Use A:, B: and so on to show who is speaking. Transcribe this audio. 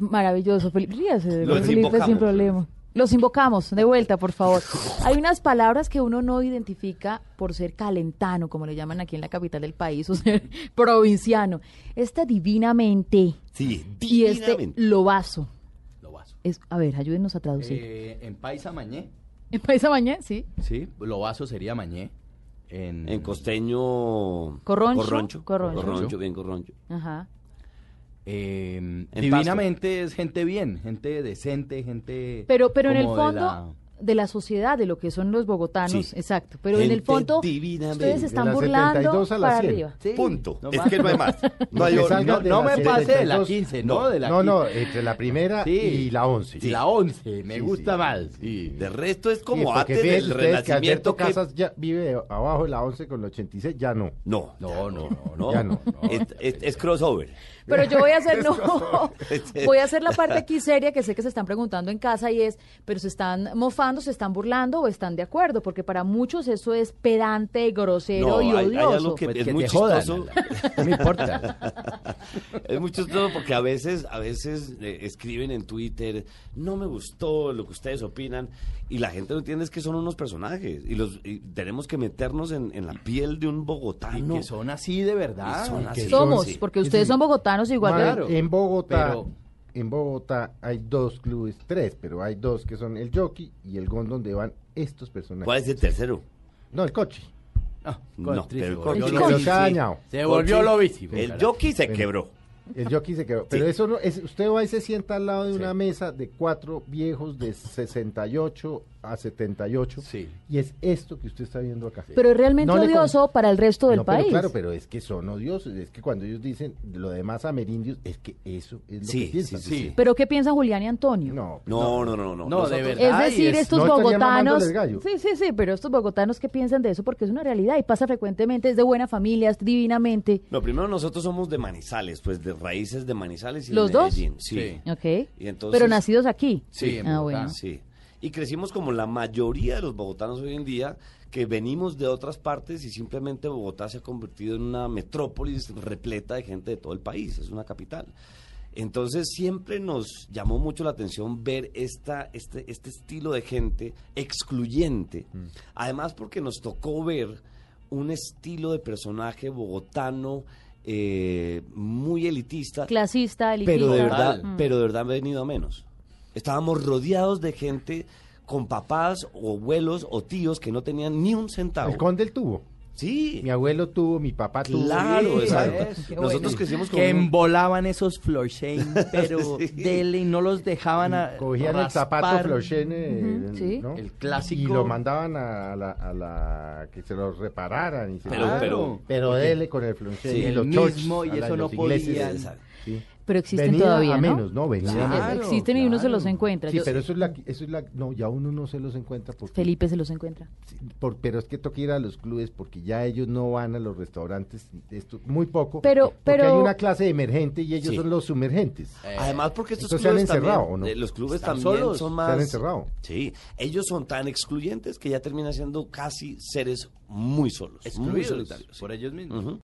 A: Maravilloso. Fel- ríase, de
B: Los
A: los Felipe sin
B: invocamos.
A: problema. Los invocamos, de vuelta, por favor. Hay unas palabras que uno no identifica por ser calentano, como le llaman aquí en la capital del país, o ser provinciano. Esta divinamente
B: Sí,
A: y este
B: divinamente.
A: lobazo.
B: Lo vaso.
A: Es, a ver, ayúdenos a traducir.
C: Eh, en paisa mañé,
A: ¿En Paisa Mañé? Sí.
C: sí, lo vaso sería mañé. En,
B: En costeño...
A: Corroncho.
B: Corroncho.
A: Corroncho.
B: Corroncho, bien corroncho.
A: Ajá.
C: eh,
B: En
C: divinamente es gente bien, gente decente, gente.
A: Pero, pero en el
C: como de
A: fondo
C: la-
A: de la sociedad, de lo que son los bogotanos,
B: Sí.
A: exacto. Pero en el
B: Gente
A: fondo,
B: divinamente.
A: ustedes
B: De
A: están
D: la
A: burlando
D: 72 a la
A: para
D: 100.
A: arriba.
C: Sí,
B: Punto.
C: no
B: es
C: más.
B: que no hay más. No hay
D: Que
B: or-
D: salga
B: no-
D: de
C: no
D: la
C: me pase de la
D: 72.
C: 15, no, de la
D: No, no,
C: 15.
D: entre la primera
C: Sí.
D: y la 11.
C: La 11, me
D: Sí,
C: gusta
D: sí.
C: más. sí.
B: De resto es
D: Sí,
B: como
D: porque
B: antes
D: fíjense
B: del
D: ustedes que
B: renacimiento
D: Alberto
B: que...
D: Casas ya vive abajo de la 11 con la 86, ya no.
B: No,
C: No, no, no,
B: no.
D: Ya no.
B: Es, es- es crossover.
A: Pero yo voy a hacer, no, voy a hacer la parte aquí seria que sé que se están preguntando en casa y es, pero se están mofando, se están burlando o están de acuerdo, porque para muchos eso es pedante, grosero
B: No,
A: y
B: hay- hay
A: odioso.
B: algo que-
C: Pues
B: es
C: que
B: muy
C: te jodan,
B: chistoso.
C: Ala. No me importa.
B: Es muy chistoso porque a veces, a veces eh, escriben en Twitter, no me gustó lo que ustedes opinan, y la gente no entiende es que son unos personajes, y los y tenemos que meternos en, en la piel de un bogotano.
C: Que son así de verdad.
B: Y son
C: que
B: así.
A: Somos,
B: Sí.
A: porque ustedes son bogotanos igual. que-
D: Madre,
C: claro.
D: en Bogotá,
C: Pero-
D: en Bogotá hay dos clubes, tres, pero hay dos que son el jockey y el gond donde van estos personajes.
B: ¿Cuál es el tercero?
D: No, el coche.
C: Ah,
B: No,
C: Cotri,
B: pero
C: se
B: Cotri-
C: volvió
D: El Cotri
C: lobísimo.
D: se ha dañado.
C: Se volvió
B: Cotri-
C: lobísimo.
B: El
C: carajo.
B: jockey se
D: Bueno.
B: quebró.
D: El jockey se quedó. Pero
B: Sí.
D: eso no es. Usted va y se sienta al lado de una
B: Sí.
D: mesa de cuatro viejos de 68 a 78.
C: Sí.
D: Y es esto que usted está viendo acá.
A: Pero es realmente
D: No le con-
A: odioso para el resto del
D: No, pero
A: país.
D: claro, pero es que son odiosos. Es que cuando ellos dicen lo demás amerindios, es que eso es lo
B: Sí,
D: que piensan.
B: sí, sí, sí.
A: Pero, ¿qué piensan Julián y Antonio?
D: No,
B: No, no, no, no.
C: No, de
B: Nosotros- eh,
C: verdad.
A: Es
C: Ay,
A: decir,
C: es-
A: estos
D: no estarían
A: bogotanos.
D: mamándoles gallo.
A: Sí, sí, sí, pero estos bogotanos que piensan de eso porque es una realidad y pasa frecuentemente, es de buena familia, es divinamente.
B: No, primero nosotros somos de Manizales, pues de raíces de Manizales y
A: ¿Los
B: de
A: dos?
B: Medellín. Sí.
C: Sí.
A: Ok.
B: Y entonces-
A: pero nacidos aquí.
C: Sí, en
A: Ah,
C: Bogotá.
A: bueno.
B: Sí. Y crecimos como la mayoría de los bogotanos hoy en día, que venimos de otras partes y simplemente Bogotá se ha convertido en una metrópolis repleta de gente de todo el país, es una capital. Entonces siempre nos llamó mucho la atención ver esta, este, este estilo de gente excluyente. Además porque nos tocó ver un estilo de personaje bogotano eh, muy elitista
A: Clasista, elitista.
B: pero de
C: Total. Mm.
B: verdad, pero de verdad han venido a menos. Estábamos rodeados de gente con papás o abuelos o tíos que no tenían ni un
D: el
B: centavo.
D: conde el tuvo.
B: Sí,
D: Mi abuelo tuvo, mi papá tuvo.
B: claro,
C: Sí,
B: exacto.
C: eso, qué
B: Nosotros
C: bueno.
B: crecimos con
C: Que
B: un-
C: embolaban esos Florchain, pero dele y no los dejaban a
D: Cogían el zapato
C: raspar.
D: flochen, eh,
A: Ujú,
D: el-
A: sí.
D: ¿no?
C: El clásico.
D: Y lo mandaban a la, a la- que se lo repararan. Y se
B: Pero-
D: lo-
B: pero-
D: pero dele con el flochen.
B: Sí,
D: y
C: el
D: los chochos,
C: mismo, y
D: a la-
C: eso
D: los
C: no podían.
D: ingleses,
B: Exacto.
D: sí.
A: Pero existen
D: Venida
A: todavía,
D: a
A: ¿no?
D: menos, ¿no? Venida a
A: Sí,
D: menos.
C: Claro,
A: existen y uno se
C: claro.
A: los encuentra.
D: Sí,
A: Yo-
D: pero eso es la, eso es la, no, ya uno no se los encuentra porque
A: Felipe se los encuentra.
D: Sí, por- pero es que toca ir a los clubes porque ya ellos no van a los restaurantes, esto muy poco.
A: Pero-
D: porque
A: pero-
D: hay una clase de emergente y ellos
B: Sí.
D: son los sumergentes.
C: Eh,
B: Además porque estos
D: Entonces, ¿se han
B: clubes también,
D: encerrado o no?
B: eh, los clubes
C: ¿Están
B: también
C: solos?
B: son
C: ¿Se
B: más
D: han encerrado?
B: Sí, ellos son tan excluyentes que ya terminan siendo casi seres muy solos, muy
C: excluidos
B: solitarios. sí.
C: por ellos mismos.
B: Ujú.